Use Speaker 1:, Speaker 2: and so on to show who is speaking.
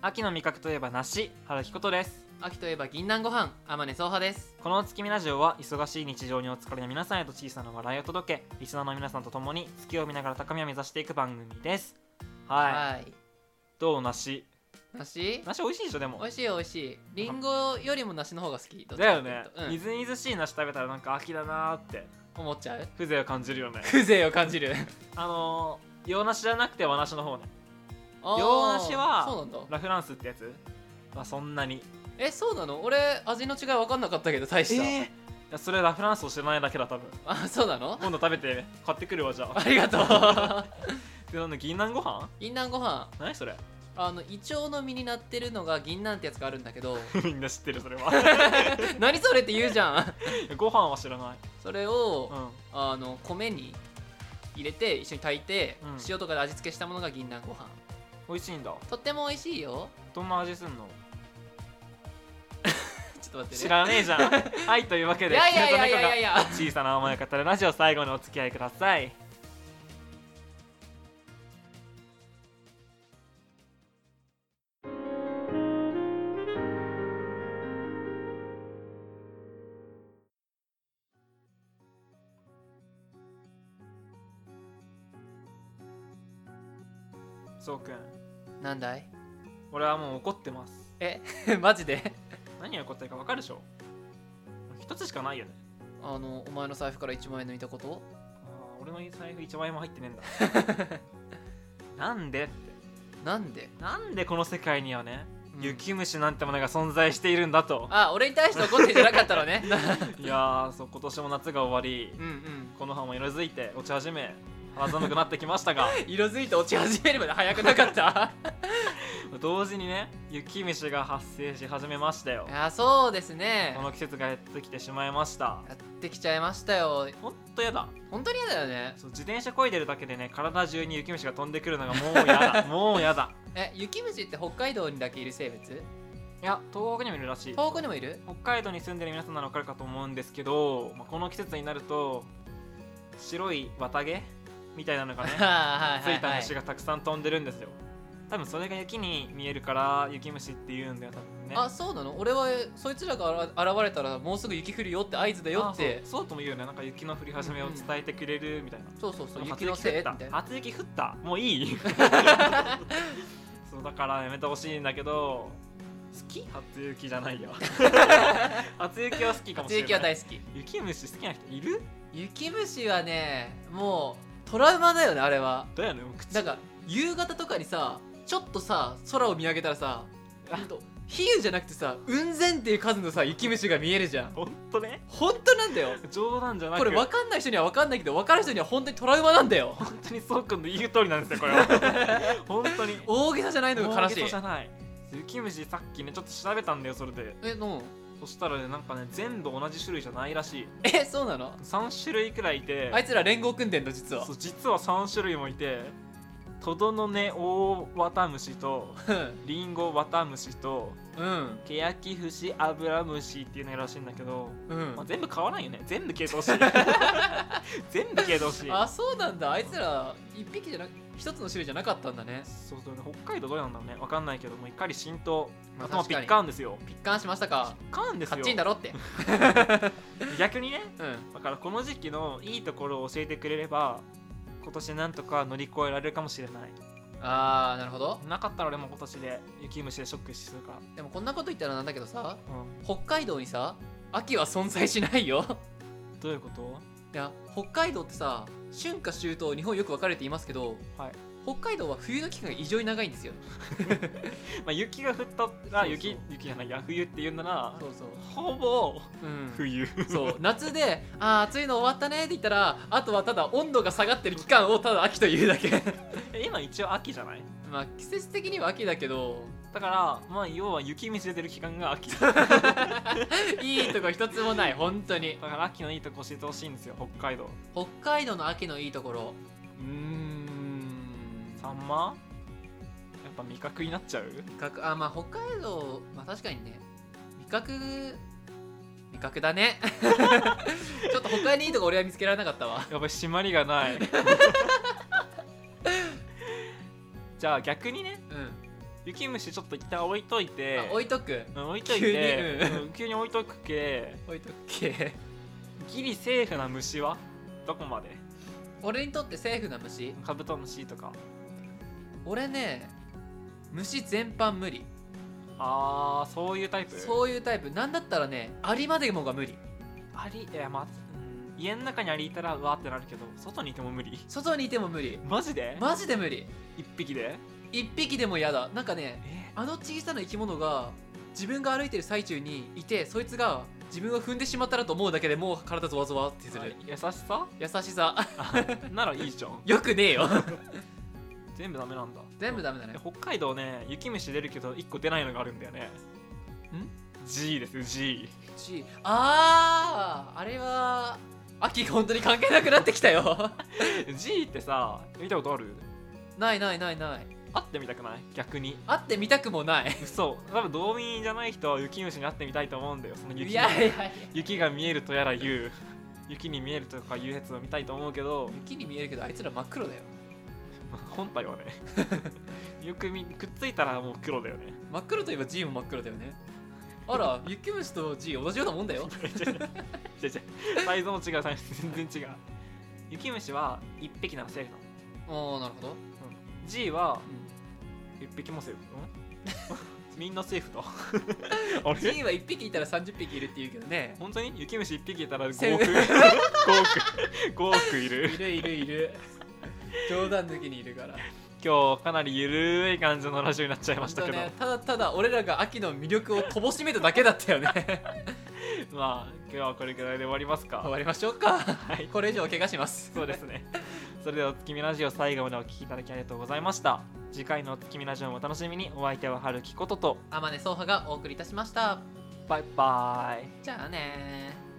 Speaker 1: 秋の味覚といえば梨原木ことです
Speaker 2: 秋といえば銀杏ご飯天音総派です
Speaker 1: この月見ラジオは忙しい日常にお疲れの皆さんへと小さな笑いを届けリスナーの皆さんと共に月を見ながら高みを目指していく番組ですはい、
Speaker 2: はい
Speaker 1: どう梨
Speaker 2: 梨
Speaker 1: 梨美味しいでしょでも
Speaker 2: 美味しい美味しいリンゴよりも梨の方が好きど
Speaker 1: だ
Speaker 2: っちか
Speaker 1: よ
Speaker 2: ってい
Speaker 1: ね
Speaker 2: う、とうん
Speaker 1: みずみずしい梨食べたらなんか秋だなーって
Speaker 2: 思っちゃう
Speaker 1: 風情を感じるよね
Speaker 2: 風情を感じる
Speaker 1: あのー、洋梨じゃなくて和梨の方ね
Speaker 2: あ ー
Speaker 1: 洋梨は
Speaker 2: そうなんだ
Speaker 1: ラフランスってやつはそんなに
Speaker 2: えそうなの俺味の違い分かんなかったけど大した、
Speaker 1: いやそれラフランスを知らないだけだ多分
Speaker 2: あそうなの
Speaker 1: 今度食べて買ってくるわじゃ あ
Speaker 2: ありがとう
Speaker 1: でなんだ銀杏ご飯
Speaker 2: 銀杏ご飯
Speaker 1: 何 それ
Speaker 2: あのイチョウの実になってるのが銀杏ってやつがあるんだ けど
Speaker 1: みんな知ってるそれは
Speaker 2: 何それって言うじゃん
Speaker 1: ご飯は知らない
Speaker 2: それを、
Speaker 1: うん
Speaker 2: あの米に入れて一緒に炊いて、
Speaker 1: うん
Speaker 2: 塩とかで味付けしたものが銀杏ご飯
Speaker 1: 美味しいんだ
Speaker 2: とっても美味しいよ
Speaker 1: どんな味すんの
Speaker 2: ちょっと待ってね
Speaker 1: 知らねえ じゃんはいというわけ
Speaker 2: い
Speaker 1: で
Speaker 2: やいやいやいやいやいや
Speaker 1: 小さな甘い方でラジオ最後にお付き合いくださいそうくん
Speaker 2: なんだい
Speaker 1: 俺はもう怒ってます
Speaker 2: え マジで
Speaker 1: 何が怒ってるか分かるでしょ一つしかないよね
Speaker 2: あのお前の財布から1万円抜いたこと
Speaker 1: あー俺の財布1枚も入ってねえ んだなんでって
Speaker 2: なんで
Speaker 1: なんでこの世界にはね、
Speaker 2: うん
Speaker 1: 雪虫なんてものが存在しているんだと
Speaker 2: あ俺に対して怒ってんじゃなかったのね
Speaker 1: いやーそう今年も夏が終わり
Speaker 2: うんうん
Speaker 1: この葉も色づいて落ち始め肌寒くなってきましたが
Speaker 2: 色づいて落ち始めるまで早くなかった
Speaker 1: 同時にね雪虫が発生し始めましたよ
Speaker 2: あそうですね
Speaker 1: この季節がやってきてしまいました
Speaker 2: やってきちゃいましたよ
Speaker 1: ほんとやだ
Speaker 2: 本当に嫌だよね
Speaker 1: そう自転車漕いでるだけでね体中に雪虫が飛んでくるのがもうや だもうやだ
Speaker 2: え雪虫って北海道にだけいる生物
Speaker 1: いや東北にもいるらしい
Speaker 2: 東北にもいる
Speaker 1: 北海道に住んでる皆さんなら分かるかと思うんですけど、まあ、この季節になると白い綿毛みたいなのがね
Speaker 2: は
Speaker 1: ついた虫
Speaker 2: が
Speaker 1: がたくさん飛んでるんですよ多分それが雪に見えるから雪虫って言うんだよ多分ね
Speaker 2: あそうなの俺はそいつらがあら現れたらもうすぐ雪降るよって合図だよ
Speaker 1: あ
Speaker 2: って
Speaker 1: そうそうとも言うよねなんか雪の降り始めを伝えてくれるみたいな、
Speaker 2: そうそうそう
Speaker 1: そ
Speaker 2: 雪のせ
Speaker 1: 初降
Speaker 2: いみたい
Speaker 1: った
Speaker 2: な
Speaker 1: 初雪降ったもうい いそうだからやめてほしいんだけど好き初雪じゃ ないよ初雪は好きかもしれな
Speaker 2: 初
Speaker 1: い
Speaker 2: 雪は大好き
Speaker 1: 雪虫好きな人いる
Speaker 2: 雪虫はねもうトラウマだよねあれは
Speaker 1: だよねもう口
Speaker 2: なんか夕方とかにさちょっとさ空を見上げたらさ
Speaker 1: あ
Speaker 2: ほんと比喩じゃなくてさ雲仙っていう数のさ雪虫が見えるじゃん
Speaker 1: ほんとね
Speaker 2: 本当なんだよ
Speaker 1: 冗談じゃなく
Speaker 2: これ分かんない人には分かんないけど分かる人には本当にトラウマなん だよ
Speaker 1: 本当にそうくんの言う通りなんですよこれ は本当に
Speaker 2: 大げさじゃないのが悲しい
Speaker 1: 大げさじゃない雪虫さっきねちょっと調べたんだよそれで
Speaker 2: えの
Speaker 1: そしたらねなんかね全部同じ種類じゃないらしい
Speaker 2: えそうなの
Speaker 1: 3種類くらいいて
Speaker 2: あいつら連合組んでんの実は
Speaker 1: そう実は3種類もいてトドの根オオワタムシと
Speaker 2: うん
Speaker 1: リンゴワタムシと
Speaker 2: うん
Speaker 1: ケヤキフシアブラムシっていうのらしいんだけど、
Speaker 2: うん
Speaker 1: まあ、全部買わないよね全部消えてほしい 全部消えてほしい
Speaker 2: あそうなんだあいつら一匹じゃなく一つの種類じゃなかったんだね
Speaker 1: そうそうね北海道どうなんだろうねわかんないけどもう怒り浸透
Speaker 2: まあ
Speaker 1: 頭
Speaker 2: 確
Speaker 1: ピ
Speaker 2: かに
Speaker 1: ッカーンですよ
Speaker 2: ピッカンしましたか
Speaker 1: ピッカーンです
Speaker 2: カッチンだ
Speaker 1: よ
Speaker 2: ろって
Speaker 1: 逆にね
Speaker 2: うん
Speaker 1: だからこの時期のいいところを教えてくれれば今年なんとか乗り越えられるかもしれない
Speaker 2: あーなるほど
Speaker 1: なかったら俺も今年で雪虫でショック死するか
Speaker 2: でもこんなこと言ったらなんだけどさ
Speaker 1: ら、うん、
Speaker 2: 北海道にさ秋は存在しないよ
Speaker 1: どういうこと
Speaker 2: いや北海道ってさ春夏秋冬日本よく分かれていますけど、
Speaker 1: はい
Speaker 2: 北海道は冬の期間が異常に長いんですよ
Speaker 1: まあ雪が降ったら
Speaker 2: そう
Speaker 1: 雪雪じゃないや冬って言うんなら
Speaker 2: そうそう
Speaker 1: ほぼ
Speaker 2: うん
Speaker 1: 冬
Speaker 2: そう夏で「あー暑いの終わったね」って言ったらあとはただ温度が下がってる期間をただ秋というだけ
Speaker 1: え今一応秋じゃない
Speaker 2: まあ季節的には秋だけど
Speaker 1: だからまあ要は雪虫出てる期間が秋だ
Speaker 2: いいとこ一つもない本当に
Speaker 1: から秋のいいとこ教えてほしいんですよ北海道
Speaker 2: 北海道の秋のいいところ
Speaker 1: うーんサンマやっぱ味覚になっちゃう
Speaker 2: 味覚あまあ北海道まあ確かにね味覚味覚だね ちょっと北海にいいとこ俺は見つけられなかったわ
Speaker 1: やばい締まりがない じゃあ逆にね
Speaker 2: うん
Speaker 1: 雪虫ちょっと一旦置いといて
Speaker 2: あ置いとく
Speaker 1: うん置いといて
Speaker 2: 急に
Speaker 1: うん急に置いとくけ
Speaker 2: 置いとくけ
Speaker 1: ギリセーフな虫はどこまで
Speaker 2: 俺にとってセーフな虫
Speaker 1: カブトムシとか
Speaker 2: 俺ね虫全般無理
Speaker 1: あーそういうタイプ
Speaker 2: そういうタイプなんだったらねアリまでもが無理
Speaker 1: ありいやまあうん家の中にアリいたらうわーってなるけど外にいても無理
Speaker 2: 外にいても無理
Speaker 1: マジで
Speaker 2: マジで無理
Speaker 1: 一匹で
Speaker 2: 一匹でも嫌だなんかね
Speaker 1: え
Speaker 2: あの小さな生き物が自分が歩いてる最中にいてそいつが自分を踏んでしまったらと思うだけでもう体ゾワゾワってする
Speaker 1: 優しさ
Speaker 2: 優しさ
Speaker 1: ならいいじゃん
Speaker 2: よくねえよ
Speaker 1: 全部ダメなんだ
Speaker 2: 全部ダメだ
Speaker 1: で
Speaker 2: ね
Speaker 1: 北海道ね雪虫出るけど1個出ないのがあるんだよねん G です G
Speaker 2: ちあーあれは秋が本当に関係なくなってきたよ
Speaker 1: G ってさ見たことある
Speaker 2: ないないないない
Speaker 1: 会ってみたくない逆に
Speaker 2: 会ってみたくもない
Speaker 1: 嘘多分道民じゃない人は雪虫に会ってみたいと思うんだよその
Speaker 2: い
Speaker 1: 雪が
Speaker 2: やいやいや
Speaker 1: 雪が見えるとやら言う雪に見えるとかいうやつを見たいと思うけど
Speaker 2: 雪に見えるけどあいつら真っ黒だよ
Speaker 1: 本体 はねよく見くっついたらもう黒だ よね
Speaker 2: 真っ黒といえば G も真っ黒だよねあら雪虫と G 同じようなもんだよ
Speaker 1: 違う違うサイズも違うサイズ全然違う雪虫は1匹ならセーフなの
Speaker 2: おーなるほど、
Speaker 1: G は
Speaker 2: うん
Speaker 1: 1匹もセーフん みんなセーフだあれ
Speaker 2: G は1匹いたら30匹いるって言うけどね
Speaker 1: 本当に雪虫1匹いたら
Speaker 2: セ
Speaker 1: 5
Speaker 2: ー
Speaker 1: 億
Speaker 2: フ
Speaker 1: 5億5億いる
Speaker 2: いるいるいる冗談抜きにいるから
Speaker 1: 今日かなりゆるい感じのラジオになっちゃいましたけど、
Speaker 2: 本当ねただただ俺らが秋の魅力を乏しめただけだったよね
Speaker 1: まあ今日はこれくらいで終わりますか
Speaker 2: 終わりましょうか
Speaker 1: はい
Speaker 2: これ以上怪我します
Speaker 1: そうですねそれではお月見ラジオ最後までお聞きいただきありがとうございました次回のお月見ラジオもお楽しみにお相手は春樹ことと
Speaker 2: 天音ソーハがお送りいたしました
Speaker 1: バイバイ
Speaker 2: じゃあねー